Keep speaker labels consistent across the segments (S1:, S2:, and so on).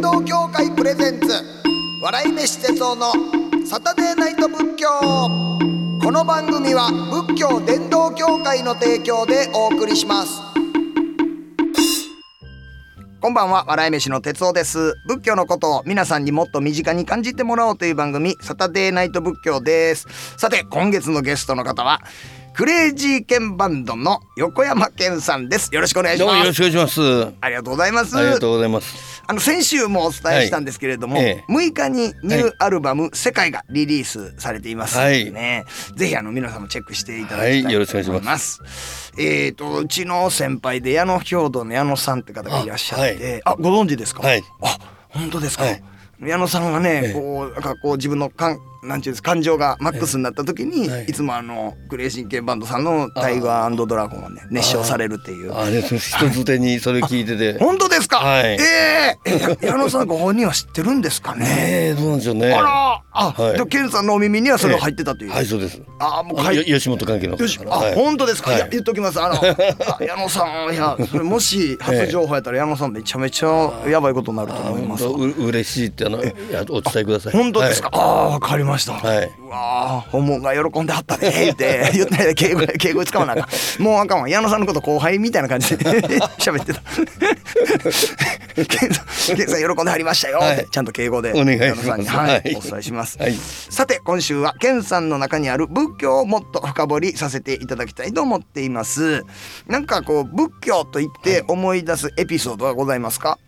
S1: 道協会プレゼンツ笑い飯哲夫のサタデーナイト仏教この番組は仏教伝道協会の提供でお送りしますこんばんは笑い飯の哲夫です仏教のことを皆さんにもっと身近に感じてもらおうという番組サタデーナイト仏教ですさて今月のゲストの方はクレイジーケンバンドの横山健さんですよろしくお願いし
S2: どうも
S1: ま
S2: よろ
S1: す
S2: しくお願いします。
S1: ありがとうございます
S2: ありがとうございます。
S1: あの先週もお伝えしたんですけれども、
S2: はいええ
S1: 6日にニューアルバム「世界」がリリースされていますのでね、ぜひあの皆さんもチェックしていただきたいと思います。
S2: はいよろしくお願いし
S1: えっ、とうちの先輩で矢野兵道の矢野さんって方がいらっしゃってあ,、ご存知ですか、
S2: はい
S1: あ本当ですか、
S2: はい
S1: 矢野さんはね、
S2: ええ
S1: こうなんかこう自分のかんなんていうんです感情がマックスになった時に、
S2: ええはい
S1: い、つもあのクレイジンケンバンドさんの「タイガードラゴン」をね熱唱されるっていう
S2: あれです一つ手にそれ聞いてて。
S1: 本当ですか。
S2: はい
S1: ええや矢野さんご本人は知ってるんですかね。
S2: ええどうなんでしょうね。
S1: あら、あ、
S2: はい
S1: でもケンさんのお耳にはそれが入ってたという。
S2: はいそうです。
S1: あ、もう
S2: あ
S1: 書
S2: のよ
S1: い。
S2: 吉本関係の
S1: よし、あ、
S2: はい
S1: 本当ですか。いや
S2: は、い
S1: 言っときます。あの、あ矢野さん、いや、それもし初情報やったら、矢野さんめちゃめちゃやばいことになると思いま
S2: 本
S1: す
S2: 当。う嬉しいってあのいやお伝えください。
S1: 本当ですか。ああ、わかりました。
S2: はい。
S1: うわあ、本物が喜んではった ね言って言って敬語敬語使わなあかんもうあかんわ矢野さんのこと後輩みたいな感じで 喋ってたケンさんケンさん喜んではりましたよ、
S2: はい
S1: ってちゃんと敬語で
S2: お願いします
S1: 矢野さんに、はい
S2: はい
S1: お伝えします、
S2: はい
S1: さて今週はケンさんの中にある仏教をもっと深掘りさせていただきたいと思っていますなんかこう仏教と言って思い出すエピソードはございますか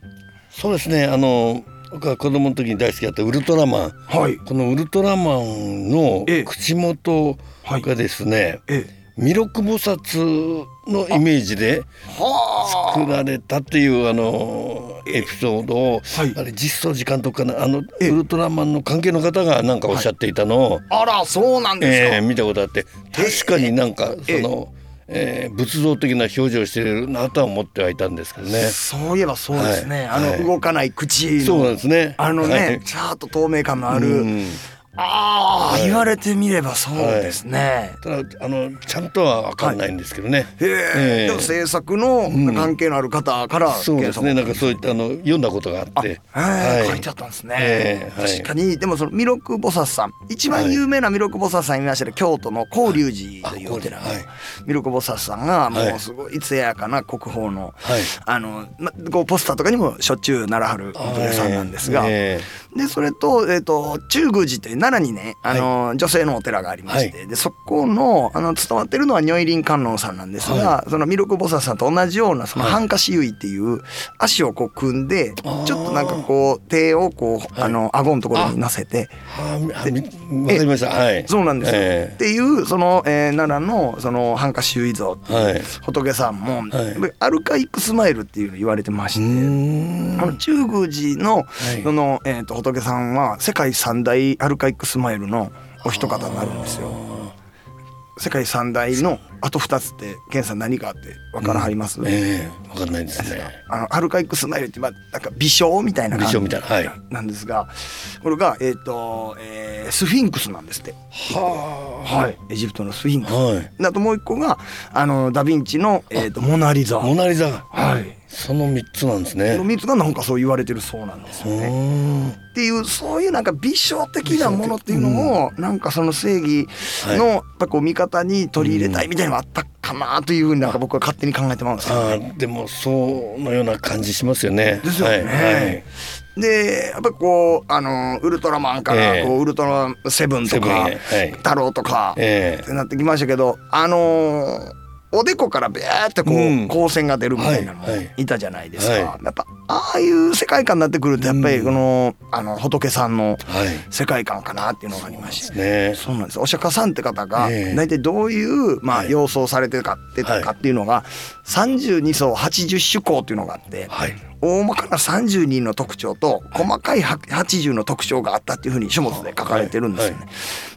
S2: そうですね。あの僕は子供の時に大好きだったウルトラマン。
S1: はい
S2: このウルトラマンの
S1: ええ
S2: 口元がですね、
S1: え
S2: 弥勒菩薩のイメージで。
S1: はあ
S2: 作られたっていうあのエピソードを、
S1: はい
S2: あれ実相寺監督かなあのウ
S1: ええ
S2: ルトラマンの関係の方がなんかおっしゃっていたのを、
S1: あらそうなんですか、
S2: ええ見たことあって確かになんかそ
S1: ええ
S2: の、ええ仏像的な表情をしてるなとは思ってはいたんですけどね。
S1: そういえばそうですね、
S2: はい
S1: あ
S2: はい
S1: の動かない口の
S2: そうなんですね
S1: あのね、
S2: はい
S1: ちゃんと透明感のある、
S2: うん
S1: ああ、言われてみればそうですね、
S2: ただあのちゃんとは分かんないんですけどね。
S1: へえ
S2: ええ
S1: でも制作の関係のある方から、
S2: そうですね
S1: 検
S2: なんかそういったあの読んだことがあって
S1: 索へえ
S2: はい
S1: 書いてあったんですね、
S2: ええはい
S1: 確かにでもその弥勒菩薩さん一番有名な弥勒菩薩さんいましたね京都の広隆寺というお寺の
S2: あはい
S1: 弥勒菩薩さんが
S2: はい
S1: もうすごい艶やかな国宝の、
S2: はい
S1: あの、ま、こうポスターとかにもしょっちゅうならはるお寺さんなんですが、
S2: え
S1: でそれと,、えー、と中宮寺という奈良にね、あの女性のお寺がありまして、
S2: は
S1: でそこのあの勤まってるのは如意輪観音さんなんですが、その弥勒菩薩さんと同じようなその
S2: はい
S1: ハンカシ結衣っていう足をこう組んで、
S2: あー
S1: ちょっとなんかこう手をこう、あの顎のところに乗せて
S2: えあみあみわかりましたはい
S1: そうなんですよ、
S2: え
S1: っていうその、えー奈良のそのハンカシ結衣像って
S2: え
S1: いう
S2: はい
S1: 仏さんも、
S2: はい
S1: アルカイックスマイルっていうの言われてまして。
S2: ん
S1: あの中宮寺の,、
S2: い
S1: そのえー、と仏さんは世界三大アルカイックスマイルのお一方になるんですよ。世界三大のあと二つって健さん何かって分からはります、
S2: ええわかんないですね。
S1: あのアルカイックスマイルって、まあ、なんか微笑みたいな
S2: 美
S1: 感じ
S2: 少みたいな。はい。
S1: なんですがこれが、えーとえースフィンクスなんですって、
S2: は
S1: はい、エジプトのスフィンクス。
S2: はい。
S1: あともう一個があのダ・ヴィンチの、えーと「モナ・リザ」
S2: モナリザ。
S1: はい、
S2: その三つなんです
S1: こ
S2: ね
S1: の。3つがなんかそう言われてるそうなんですよ
S2: う
S1: ね。
S2: ーん。
S1: っていうそういうなんか美少的なものっていうのを、なんかその正義の
S2: はい
S1: やっぱこう味方に取り入れたいみたいなのがあったかなというふうになんか僕は勝手に考えてますけど
S2: ああ、でも、そのような感じしますよね。
S1: ですよね。
S2: はい。
S1: でやっぱこうあのウルトラマンから
S2: ええ
S1: こう、ウルトラセブンとか
S2: セブンへはい
S1: 太郎とか、
S2: え
S1: ってなってきましたけどあのーおでこからビャーってこう、
S2: うん
S1: 光線が出るみたいなのも
S2: はいはい
S1: いたじゃないですか、
S2: はい
S1: やっぱああいう世界観になってくるとやっぱりこの,、あの仏さんの
S2: えはい。
S1: 世界観かなっていうのがありまして
S2: ね。
S1: そうなんですお釈迦さんって方が
S2: ええ
S1: 大体どういう、まあ、
S2: はい
S1: 様相をされてたってたかっていうのが、32層80種項っていうのがあって、
S2: はい。
S1: 大まかな32の特徴と細かい80の特徴があったっていうふうに書物で書かれてるんですよね。
S2: はい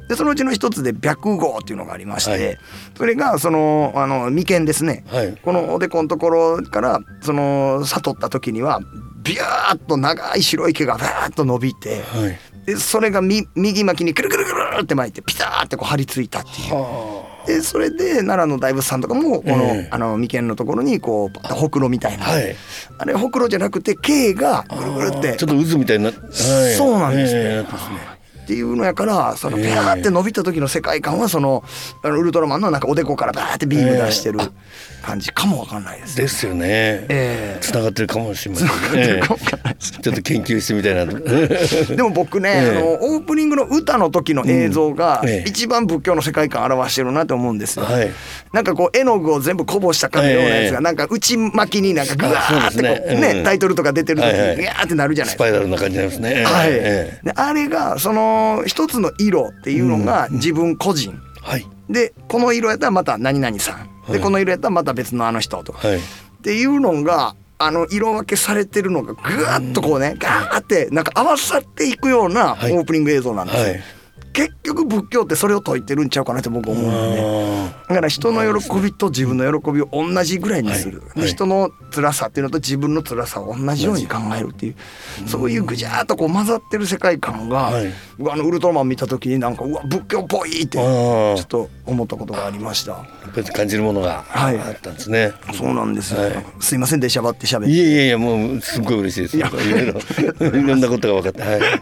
S1: でそのうちの一つで白号っていうのがありまして、
S2: はい
S1: それがそのあの眉間ですね、
S2: はい
S1: このおでこのところからその悟った時にはビャーッと長い白い毛がビャーッと伸びて。
S2: はい。
S1: でそれがみ右巻きにくるくるくるって巻いてピターってこう張り付いたっていう
S2: は
S1: でそれで奈良の大仏さんとかもこの,、
S2: ええ
S1: あの眉間のところにこうパッとほくろみたいな、
S2: はい
S1: あれほくろじゃなくて毛がぐるぐるって
S2: ちょっと渦みたいにな、はい
S1: そうなんですね
S2: ええなってますね
S1: っていうのやからそのペアーって伸びた時の世界観はそのあのウルトラマンのなんかおでこからバーってビーム出してる感じかもわかんないです。
S2: ですよね、
S1: ええ
S2: つながってるかもしれませんねえ
S1: わかんないです
S2: えちょっと研究してみたいなと
S1: でも僕ね、
S2: ええ
S1: あのオープニングの歌の時の映像が
S2: うんええ
S1: 一番仏教の世界観を表してるなと思うんですよ。
S2: はい
S1: なんかこう絵の具を全部こぼしたかのようなやつ
S2: え
S1: が
S2: え
S1: なんか内巻きになんかグワーってこう
S2: あそうです
S1: ね
S2: ねうん
S1: タイトルとか出てる時に
S2: はいはい
S1: グワーってなるじゃない
S2: ス
S1: ですか
S2: パイラルな感じになりますね、ええ
S1: はい、
S2: ええ
S1: であれがその一つの色っていうのが自分個人、
S2: はい
S1: でこの色やったらまた何々さん、
S2: は
S1: で
S2: い
S1: この色やったらまた別のあの人とか、
S2: はい
S1: っていうのがあの色分けされてるのがぐわっとこうねガーってなんか合わさっていくようなオ
S2: はい
S1: ープニング映像なんですよ、
S2: はい
S1: 結局仏教ってそれを解いてるんちゃうかなって僕思うんでね
S2: あ
S1: だから人の喜びと自分の喜びを同じぐらいにする、
S2: はい
S1: で
S2: はい
S1: 人の辛さっていうのと自分の辛さを同じように考えるっていうそういうぐじゃーっとこう混ざってる世界観が、
S2: はい
S1: 僕あのウルトラマン見た時になんかうわ仏教っぽいって
S2: あ
S1: ちょ
S2: ー
S1: っと思ったことがありました。
S2: やっぱり感じるものが
S1: はい
S2: あったんですね、
S1: そうなんですよ、
S2: はい
S1: すいませんでしゃばってしゃべって
S2: いやいやいやもうすっごい嬉しいです
S1: いや
S2: いろいろいろんなことが分かって、はい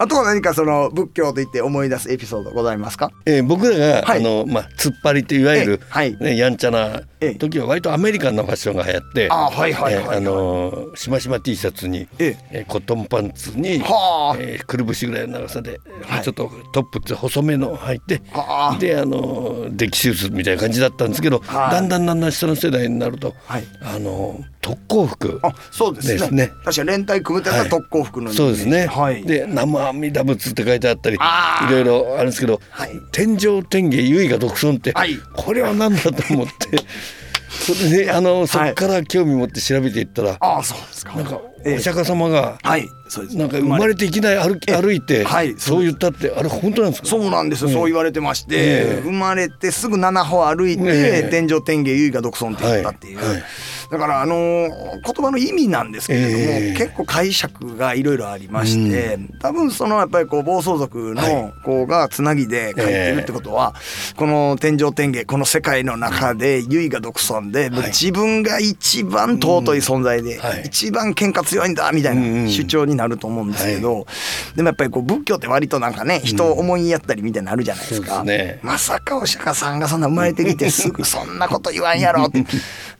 S1: あとは何かその仏教といって思い出すエピソードございますか
S2: えー僕らが、
S1: はい
S2: あのまあ、突っ張りといわゆる
S1: え、はい
S2: ね、やんちゃな
S1: え
S2: 時は割とアメリカンなファッションが流行って
S1: あはいはいはいはい
S2: えーあのーしましま T シャツに、
S1: え
S2: えーコットンパンツに、
S1: はあ
S2: えーくるぶしぐらいの長さで、
S1: はい
S2: ちょっとトップって細めの履いて
S1: はあ
S2: であのーデッキ手術みたいな感じだったんですけど、
S1: はい
S2: だんだんだんだん下の世代になると、
S1: はい
S2: あのー特攻服
S1: あそうですね
S2: ですね
S1: 確かに連帯組むってやつは特攻服のイメージ、
S2: そうですね、
S1: はい、
S2: で「生阿弥陀仏」って書いてあったり
S1: あー
S2: いろいろあるんですけど「
S1: はい
S2: 天上天下唯我独尊」って、
S1: はい
S2: これは何だと思ってそれであのそ
S1: は
S2: っ
S1: い
S2: から興味持って調べていったら、
S1: ああそうですか
S2: なんか
S1: ええ
S2: お釈迦様が
S1: はいそうです
S2: なんか生まれていきなり歩き
S1: ええ
S2: 歩いて、
S1: はい
S2: そう言ったってあれ本当なんですか
S1: そうなんですよ、そう言われてまして、
S2: ええ
S1: 生まれてすぐ7歩歩いて、
S2: ええ
S1: 天井天下唯我独尊って言ったっていう、
S2: はいはい
S1: だからあのー言葉の意味なんですけれども、
S2: ええ
S1: 結構解釈がいろいろありまして、多分そのやっぱりこう暴走族の子がつなぎで書いてるってことは、この天井天下この世界の中で唯我独尊で、もう
S2: はい
S1: 自分が一番尊い存在で、
S2: うんはい
S1: 一番喧嘩強いんだみたいな主張になると思うんですけど、でもやっぱりこう仏教って割となんかね人を思いやったりみたいなのあるじゃないですか、
S2: そうですね
S1: まさかお釈迦さんがそんな生まれてきて すぐそんなこと言わんやろって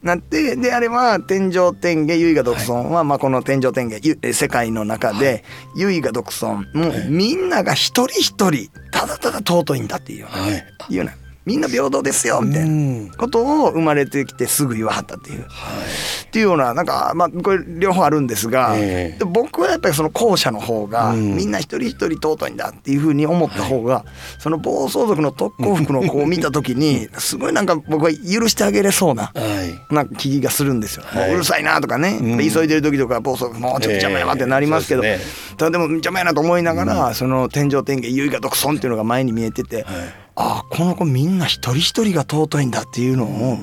S1: なってであれは天上天下唯我独尊は、まあこの天上天下ゆえ世界の中で唯我独尊もうみんなが一人一人ただただ尊いんだっていうような,、
S2: はい
S1: いうようなみんな平等ですよみたいなことを生まれてきてすぐ言わはったっていう。っていうようななんかまあこれ両方あるんですが、
S2: ええ
S1: で僕はやっぱりその後者の方が、
S2: うん
S1: みんな一人一人尊いんだっていうふうに思った方が、その暴走族の特攻服の子を見た時 にすごいなんか僕は許してあげれそうな。
S2: はい
S1: なんか気がするんですよ、
S2: はい
S1: もううるさいなとかね、
S2: うん
S1: 急いでる時とか暴走族もうちょっと邪魔やわってなりますけど、
S2: ええそうです
S1: ただでも邪魔やなと思いながら、その天上天下唯我独尊っていうのが前に見えてて、ああこの子みんな一人一人が尊いんだっていうのを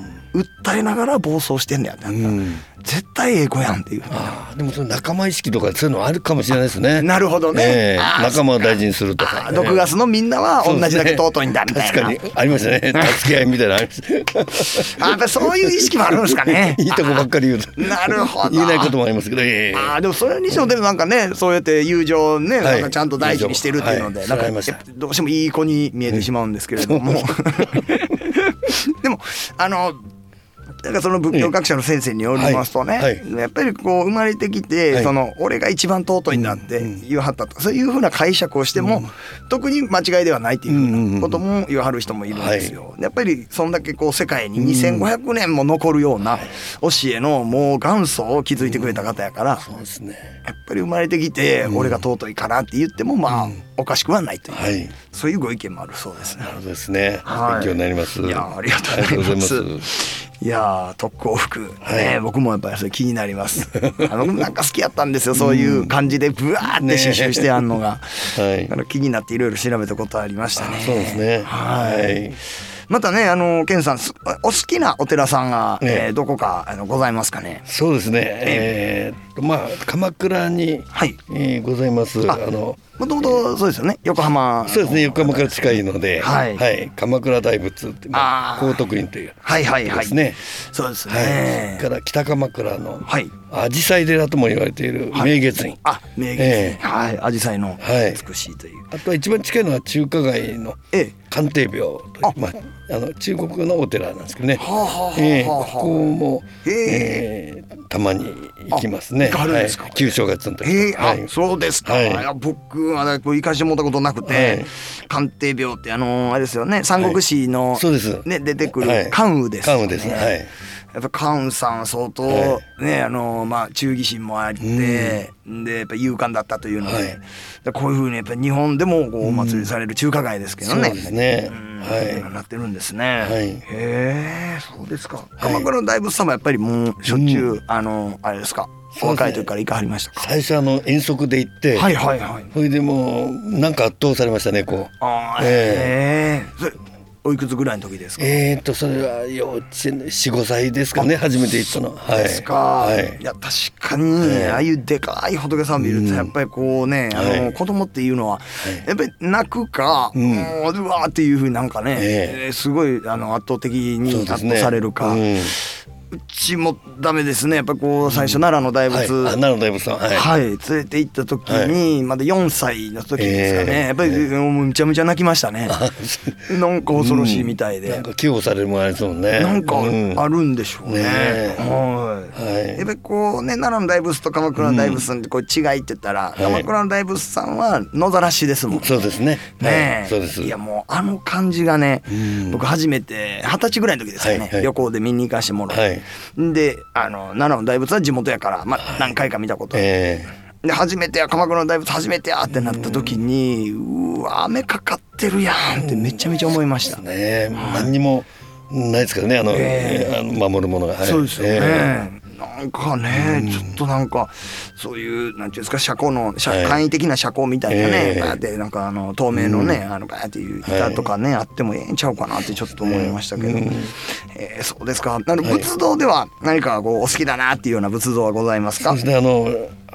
S1: 訴えながら暴走してんだよってなった
S2: うん
S1: 絶対ええ子やんっていう
S2: あーでもその仲間意識とかそういうのあるかもしれないですね
S1: なるほどね
S2: ええ
S1: あー
S2: 仲間を大事にすると
S1: あ
S2: か
S1: ー毒ガスのみんなは
S2: そう
S1: 同
S2: です
S1: じ
S2: ね
S1: だけ尊いんだみたい
S2: 確
S1: な、
S2: かにありましたね助け合いみたいなのあ りました
S1: あーやっぱりそういう意識もあるんですかね
S2: いいとこばっかり言うと
S1: なるほど
S2: 言えないこともありますけど、ええ
S1: あーでもそれにしてもでもなんかねそうやって友情をね、
S2: い
S1: なんかちゃんと大事にしてるっていうので、
S2: はい
S1: なんか
S2: わかりました
S1: やっぱどうしてもいい子に見えてしまうんですけれども、 でもあのなんかその仏教学者の先生によりますとね、
S2: はい
S1: やっぱりこう生まれてきて、
S2: はい
S1: その俺が一番尊いんだって言わはったと、そういうふうな解釈をしても、特に間違いではないっていうふうなことも言わはる人もいるんですよ。やっぱりそんだけこう世界に2500年も残るような教えのもう元祖を築いてくれた方やから、
S2: そうですね
S1: やっぱり生まれてきて俺が尊いかなって言ってもまあおかしくはないという、
S2: はい
S1: そういうご意見もあるそうですね
S2: な。るほどですね、
S1: はい
S2: 勉強になります
S1: いやーありがとうございます
S2: ありがとうございます
S1: いやー特攻服、ね
S2: はい
S1: 僕もやっぱりそれ気になりますあのなんか好きやったんですよそういう感じでブワーって刺繍してあんのが、
S2: はい
S1: だから気になっていろいろ調べたことありましたね
S2: そうですね
S1: はい、
S2: はい
S1: またねあのケンさんすお好きなお寺さんが、
S2: ね
S1: えーどこかあのございますかね
S2: そうですねえーっとまあ鎌倉に、
S1: はい
S2: えーございますあの
S1: もともとそうですよね横浜
S2: そうですね横浜から近いので、
S1: はい
S2: 鎌倉大仏って、ま
S1: あ
S2: あ、
S1: ー
S2: 高徳院という
S1: はいはいはい
S2: ですね。
S1: そうです
S2: はい、
S1: ね
S2: から北鎌倉の
S1: はい
S2: 紫陽花寺とも言われている
S1: はい
S2: 明月院、
S1: あ名月、
S2: え
S1: はい紫陽花の
S2: はい
S1: 美しいという、
S2: あとは一番近いのは中華街の
S1: ええ
S2: 鑑定廟という
S1: あ
S2: まあ、あの中国のお寺なんですけどね、
S1: はあはあはあはあ
S2: ええここも、
S1: へ
S2: ええたまに行きますね
S1: あ行かれるんですか
S2: はい、旧正月の時
S1: えーあ
S2: はい、
S1: そうですか、
S2: はい
S1: いや僕はだこれ行かしてもらったことなくて、
S2: はい
S1: 鑑定病ってあのーあれですよね三国志の、
S2: そうです
S1: ね、出てくる
S2: はい
S1: 関羽ですよ
S2: 関羽ですねはい
S1: やっぱ関羽さんは相当、
S2: は
S1: ねあのーまあ忠義心もあって、でやっぱ勇敢だったというので,、
S2: はい
S1: でこういうふうにやっぱ日本でもこうお祭りされる中華街ですけどね、
S2: そうですね
S1: うん
S2: はい
S1: そういうのになってるんですね、
S2: い
S1: へえそうですか、鎌倉の大仏様やっぱりもうしょっちゅう、あのあれですかお若い時から行かはりましたか
S2: 最初あの遠足で行って、
S1: はいはいはい
S2: それでもうなんか圧倒されましたねこう
S1: ああ、え
S2: え
S1: えそれおいくつぐらいの時ですか。
S2: えー、とそれは幼稚園で45歳ですかね初めて行ったのはい
S1: ですか、、
S2: はいい、
S1: や確かに、
S2: ええ
S1: ああいうでかい仏さん見るとやっぱりこうね、あの、
S2: はい
S1: 子供っていうのはやっぱり泣くか、
S2: うん
S1: もううわーっていうふうになんかね、
S2: え
S1: えーすごいあの圧倒的に
S2: そう
S1: 圧
S2: ですね
S1: 倒されるかう,、
S2: うん
S1: ちもダメですねやっぱりこう最初奈良の大
S2: はい、
S1: 仏、
S2: あなるほど大仏さんはい、
S1: はい、連れて行った時に、まだ4歳の時ですかね、
S2: ええ
S1: やっぱり、もうむちゃむちゃ泣きましたねなんか恐ろしいみたいで、
S2: なんか寄付されるもんありそうね
S1: なんか
S2: うん
S1: あるんでしょうね。
S2: ねえ
S1: はい。
S2: はい
S1: やっぱりこうね奈良の大仏と鎌倉の大仏さんってこう違いって言ったら、
S2: い
S1: 鎌倉の大仏さんは野ざらしですもんね
S2: そうですね。
S1: ね
S2: は
S1: え
S2: い、そうです。
S1: いやもうあの感じがね、
S2: うん
S1: 僕初めて二十歳ぐらいの時ですかね、
S2: はいはい
S1: 旅行で見に行かしてもらって、
S2: はい
S1: であの奈良の大仏は地元やから、まあ、何回か見たことある
S2: え
S1: で初めてや鎌倉の大仏初めてやってなった時に、うわ雨かかってるやんってめちゃめちゃ思いました
S2: え。ねえ、何にもないですからね、あの、
S1: え
S2: ええあの守るものが。はい
S1: そうですよね。
S2: え
S1: なんかね、ちょっとなんかそういうなんていうんですか車庫の車、
S2: はい
S1: 簡易的な車庫みたいなね、
S2: ええ
S1: バーってなんかあの透明のね、あのバーっていう板とかね、あってもええんちゃうかなってちょっと思いましたけど、えーそうですかあの仏像では何かこうお好きだなっていうような仏像はございます
S2: えそ
S1: か、
S2: してあの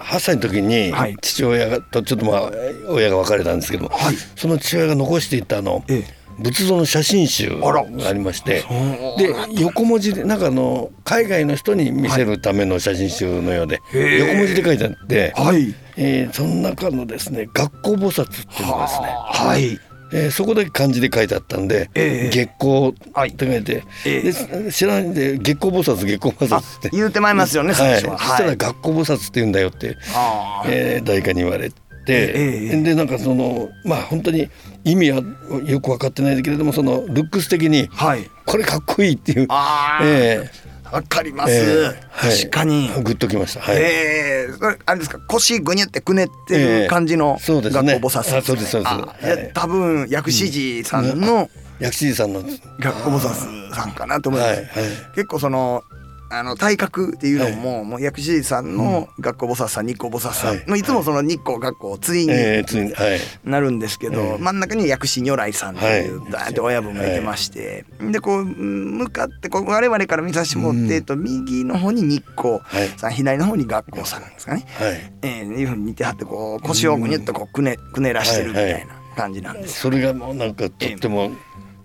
S2: 8歳の時に
S1: はい
S2: 父親がとちょっとまあ親が別れたんですけども、
S1: はい
S2: その父親が残していたあの、
S1: ええ
S2: 仏像の写真集
S1: あら
S2: がありまして
S1: そう
S2: で横文字でなんかあの海外の人に見せるための写真集のようで、
S1: へえ
S2: 横文字で書いてあって、
S1: はい
S2: えーその中のですね学校菩薩っていうのがですね
S1: はい
S2: えーそこだけ漢字で書いてあったんで「
S1: ええ
S2: 月光」
S1: はい
S2: って書いて、
S1: え
S2: で知らないんで「月光菩薩月光菩薩」
S1: あ
S2: って
S1: 言うてまいますよね最
S2: はい、
S1: 初は、
S2: そした
S1: は
S2: ら
S1: い
S2: 「学校菩薩」って言うんだよって、
S1: あー
S2: えー誰かに言われて。
S1: ええ
S2: でなんかそのまあ本当に意味はよく分かってないけれどもそのルックス的に
S1: はい
S2: これかっこいいっていう
S1: あー
S2: え
S1: わかりま
S2: え
S1: す、
S2: ええはい
S1: 確かに、
S2: グッときましたはい、
S1: ええそれあれですか腰ぐにゅってくねってる感じの
S2: ええそう
S1: 学
S2: で
S1: 校
S2: すね
S1: 菩薩
S2: あそうですそうです
S1: あ
S2: はい
S1: いや多分薬師寺さんの
S2: 薬師寺さんの
S1: 学校菩薩さんかなと思います、
S2: はいはい
S1: 結構そのあの体格っていうのも,、もう薬師寺さんの学校菩薩さん日光菩薩さん、
S2: はい
S1: もういつもその日光学校ついに
S2: ええついにはい
S1: なるんですけど、
S2: ええ
S1: 真ん中に薬師如来さんっていう、
S2: はい
S1: だーって親分がいてまして、でこううん向かってこう我々から見させてもらって、と右の方に日光さん、左の方に学校さんですかね。
S2: はい
S1: えー、いうふうに似てはってこう腰をぐにゅっとこうくねくねらしてるみたいな感じなんです。
S2: それがもうなんかとっても、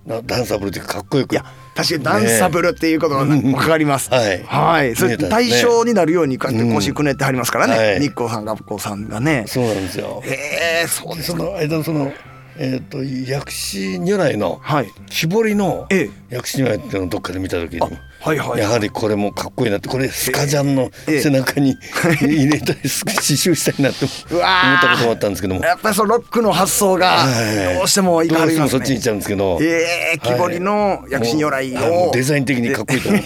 S2: なダンサブルでかっこよく
S1: いや確かにダンサブルっていうことがわかります。
S2: うんはい
S1: はい。それ
S2: 見えたん
S1: 対
S2: ですね
S1: 象になるようにこうやって腰くねってはりますからね。
S2: はい
S1: 日光さん学校さんがね。
S2: そうなんですよ。
S1: へえそう
S2: で
S1: です
S2: そ
S1: か。
S2: の間のその、えー、と薬師如来の
S1: はい。
S2: 木彫りの
S1: ええ
S2: 薬師如来っていうのをどっかで見た時に、
S1: あはいはい。
S2: やはりこれもかっこいいなってこれスカジャンの背中に、入れたりす刺繍したいなって
S1: う
S2: 思
S1: わー
S2: ったこともあったんですけども
S1: やっぱりそのロックの発想が
S2: はい
S1: どうしてもいかはりま
S2: どうしてもそ
S1: す
S2: っちに行っ
S1: ね。
S2: ちゃうんですけど。
S1: ええ木彫りの薬師如来
S2: はいもうあ
S1: を
S2: のデザイン的にかっこいいと思う。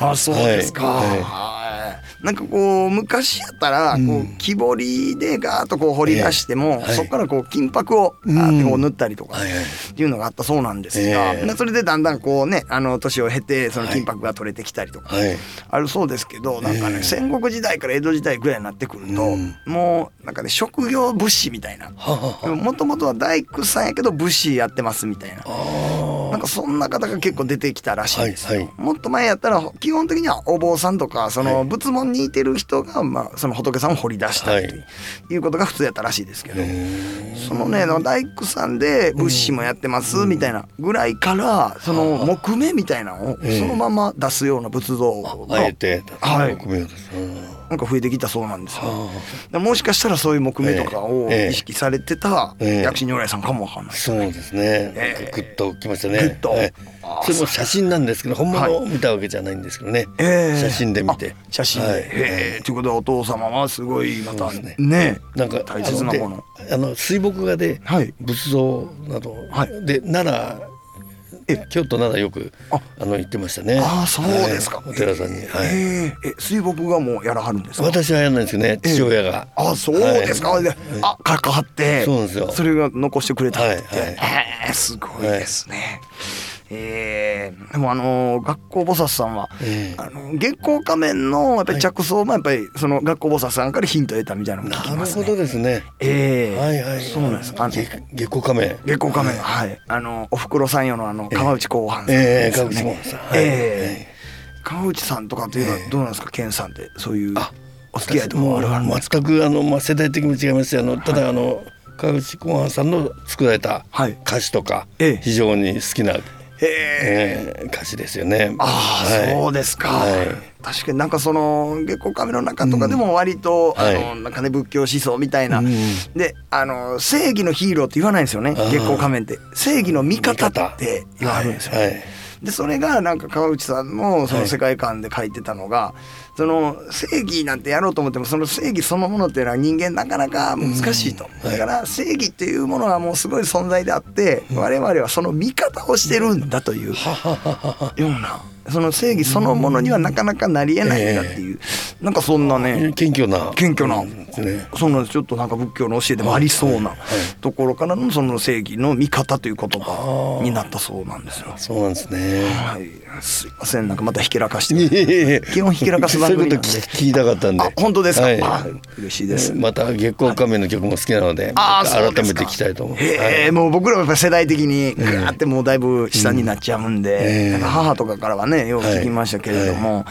S1: あそうですか、
S2: はい
S1: は
S2: はいい
S1: なんかこう昔やったらこう、木彫りでガーッとこう掘り出しても、
S2: ええはい
S1: そこからこう金箔をあーってこう塗ったりとか
S2: はいはい
S1: っていうのがあったそうなんですが、
S2: ええ
S1: なそれでだんだんこうねあの年を経てその金箔が取れてきたりとか。
S2: はい
S1: あるそうですけどなんかね、
S2: ええ
S1: 戦国時代から江戸時代ぐらいになってくると、
S2: うん
S1: もうなんかね職業物資みたいな
S2: はあは
S1: もともとは大工さんやけど武士やってますみたいな
S2: あはあ
S1: なんかそんな方が結構出てきたらしいんですよ、
S2: はいは
S1: もっと前やったら基本的にはお坊さんとかそ
S2: は
S1: の
S2: い
S1: 仏門にいてる人が、まあ、その仏さんを掘り出したりという,、
S2: は
S1: ことが普通やったらしいですけど、
S2: へ
S1: そのね大工さんで物資もやってますみたいなぐらいからその木目みたいなのを
S2: ええ
S1: そのまま出すような仏像
S2: ー
S1: が
S2: あえて
S1: はい
S2: 木目を出すあ
S1: なんか増えてきたそうなんですよ
S2: ーあ
S1: でもしかしたらそういう木目とかを
S2: ええええ
S1: 意識されてた
S2: ええ
S1: 薬師如来さんかもわかんない
S2: ー。そうですね、
S1: えー
S2: グッときましたね
S1: グッと
S2: え
S1: あー
S2: ーそれも写真なんですけど本物を見たわけじゃないんですけどね、
S1: ええ
S2: 写真で見て
S1: あ写真で、
S2: はい
S1: へえということはお父様はすごいまた
S2: そうで
S1: ね
S2: すねなんか
S1: 大切なもの
S2: あであの水墨画で
S1: はい
S2: 仏像など、
S1: はい
S2: で奈
S1: え
S2: 良京都奈良よく
S1: あ
S2: あの行ってましたね
S1: ああそうですか、
S2: はいお寺さんに、はい
S1: えええ水墨画もやらはるんですか
S2: 私はやらないんですよね父親が、
S1: あそうですか、
S2: はい
S1: であかかって
S2: そうなんですよ
S1: それが残してくれたって、
S2: はいはい
S1: えーすごいですね、えーでもあのー学校菩薩さんは、
S2: ええ
S1: あの月光仮面のやっぱり着想もやっぱりその学校菩薩さんからヒントを得たみたいなのも聞き
S2: な
S1: ま
S2: る
S1: す
S2: ほ
S1: ね
S2: どですね、
S1: ええ
S2: はいはい
S1: そうなんですあの
S2: 月月光仮面
S1: 月光仮面はいあのおふくろさんよのあの川内後半さん
S2: ええ
S1: ですよね
S2: 川内公判さんはい
S1: ええ川内さんとかというのはどうなんですか健さんってそういう
S2: あ
S1: お付き合いとかもあるあるんですか
S2: 全くあの、まあ、世代的にも違いますしあのただあの川口公安さんの作られた
S1: はい
S2: 歌詞とか、
S1: ええ
S2: 非常に好きな、
S1: ええ
S2: ええ歌詞ですよね。
S1: ああ、
S2: はい
S1: そうですか、
S2: はい
S1: 確かになんかその月光仮面の中とかでも割と、
S2: うんはい
S1: あのなんかね仏教思想みたいな、
S2: うん
S1: であの正義のヒーローって言わないんですよね
S2: あー
S1: 月光仮面って正義の味方って言われるんですよ、
S2: はいはい
S1: でそれがなんか川内さんのそ
S2: は
S1: の
S2: い
S1: 世界観で書いてたのが、その正義なんてやろうと思ってもその正義そのものっていうのは人間なかなか難しいと、
S2: うんは
S1: だ
S2: い
S1: から正義っていうものはもうすごい存在であって、我々はその味方をしてるんだという、ようなその正義そのものにはなかなかなりえないんだっていう、なんかそんなね
S2: 謙虚な
S1: 謙虚な、
S2: ですね
S1: そんなちょっとなんか仏教の教えでもありそうなところからのその正義の見方という言葉になったそうなんですよ。
S2: そうなんですね。
S1: はい、すいませんなんかまたひけらかして
S2: いえいえいえ
S1: 基本ひけらかす番組
S2: そういう
S1: なん
S2: こ
S1: で
S2: と聞き聞きたかったんで。
S1: あ本当ですか、
S2: はい
S1: あ嬉しいです。
S2: また月光仮面の曲も好きなので、
S1: あ
S2: ま
S1: あ
S2: た
S1: そう
S2: 改
S1: で
S2: め
S1: すか
S2: て聞きたいと思う。
S1: へえ
S2: はい
S1: もう僕らはやっぱ世代的にグーってもうだいぶ下になっちゃうんで、
S2: ええ
S1: なんか母とかからはねよく聞きましたけれども、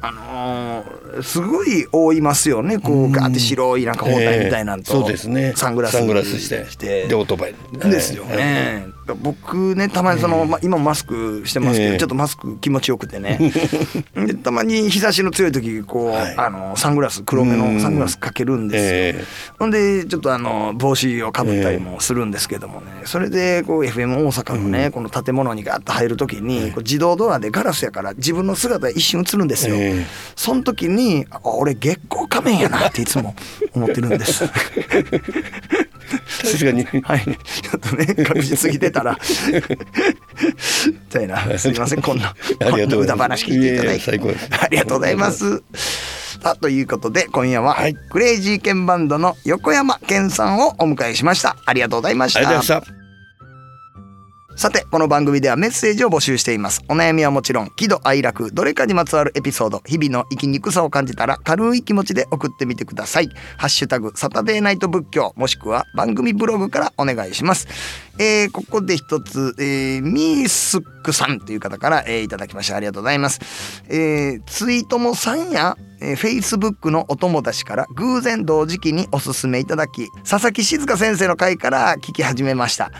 S1: あのーすごい覆いますよねこうガーって白いなんか包帯みたいなんと、
S2: ええそうですね。
S1: サングラス
S2: して、でオートバイ
S1: ですよ。ね、僕ねたまにその、ま今もマスクしてますけど、
S2: ええ
S1: ちょっとマスク気持ちよくてね でたまに日差しの強い時こう、
S2: はい
S1: あのサングラス黒めのサングラスかけるんですよ。
S2: ええ
S1: ほんでちょっとあの帽子をかぶったりもするんですけどもね、それでこう FM 大阪のね、この建物にガッと入る時に、こう自動ドアでガラスやから自分の姿一瞬映るんですよ、
S2: ええ
S1: その時にあ俺月光仮面やなっていつも思ってるんです
S2: 確かに。
S1: はいちょっとね隠しすぎてたらみたいなすみませんこんな
S2: あ
S1: こ
S2: りが
S1: んな
S2: とうござ
S1: 歌
S2: います
S1: 話聞いていただい
S2: いえいえ最高
S1: て
S2: です
S1: ありがとうございます。さあということで今夜は、
S2: はい
S1: クレイジーケンバンドの横山健さんをお迎えしましたありがとうございまし
S2: ありがとうござい
S1: た
S2: ました。
S1: さてこの番組ではメッセージを募集していますお悩みはもちろん喜怒哀楽どれかにまつわるエピソード日々の生きにくさを感じたら軽い気持ちで送ってみてください「ハッシュタグサタデーナイト仏教」もしくは番組ブログからお願いしますえーここで一つ、えーミースックさんという方から、えーいただきましたありがとうございます、えーツイートもさんやえー Facebook のお友達から偶然同時期におすすめいただき佐々木静香先生の回から聞き始めました、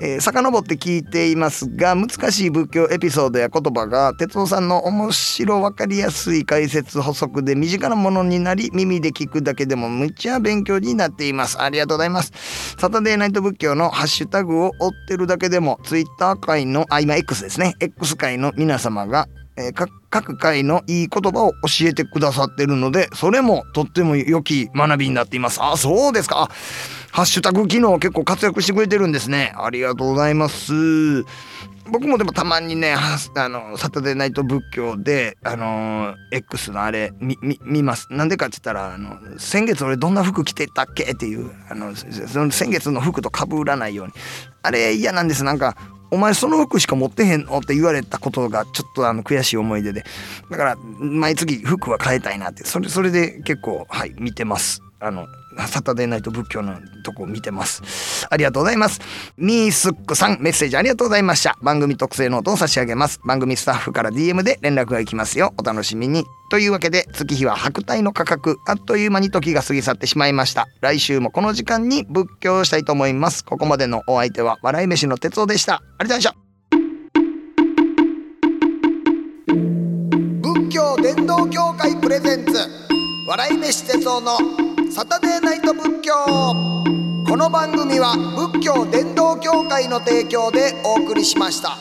S1: えー遡って聞いていますが難しい仏教エピソードや言葉が哲夫さんの面白分かりやすい解説補足で身近なものになり耳で聞くだけでもむちゃ勉強になっていますありがとうございますサタデーナイト仏教のハッシュタグを追ってるだけでも Twitter 界のあ今 X ですね X 界の皆様がえー、か各回のいい言葉を教えてくださってるのでそれもとっても良き学びになっていますあそうですかあハッシュタグ機能結構活躍してくれてるんですねありがとうございます僕もでもたまにねはあのサタデーナイト仏教であのー X のあれ見見見ますなんでかって言ったらあの先月俺どんな服着てたっけっていうあのそその先月の服と被らないようにあれ嫌なんですなんかお前その服しか持ってへんのって言われたことがちょっとあの悔しい思い出でだから毎月服は変えたいなってそれそれで結構はい見てますあのサタデーナイト仏教のとこを見てますありがとうございますミースックさんメッセージありがとうございました番組特製ノートを差し上げます番組スタッフから DM で連絡がいきますよお楽しみにというわけで月日は白帯の価格あっという間に時が過ぎ去ってしまいました来週もこの時間に仏教をしたいと思いますここまでのお相手は笑い飯の哲夫でしたありがとうございました仏教伝道協会プレゼンツ笑い飯哲夫のサタデーナイト仏教この番組は仏教伝道協会の提供でお送りしました。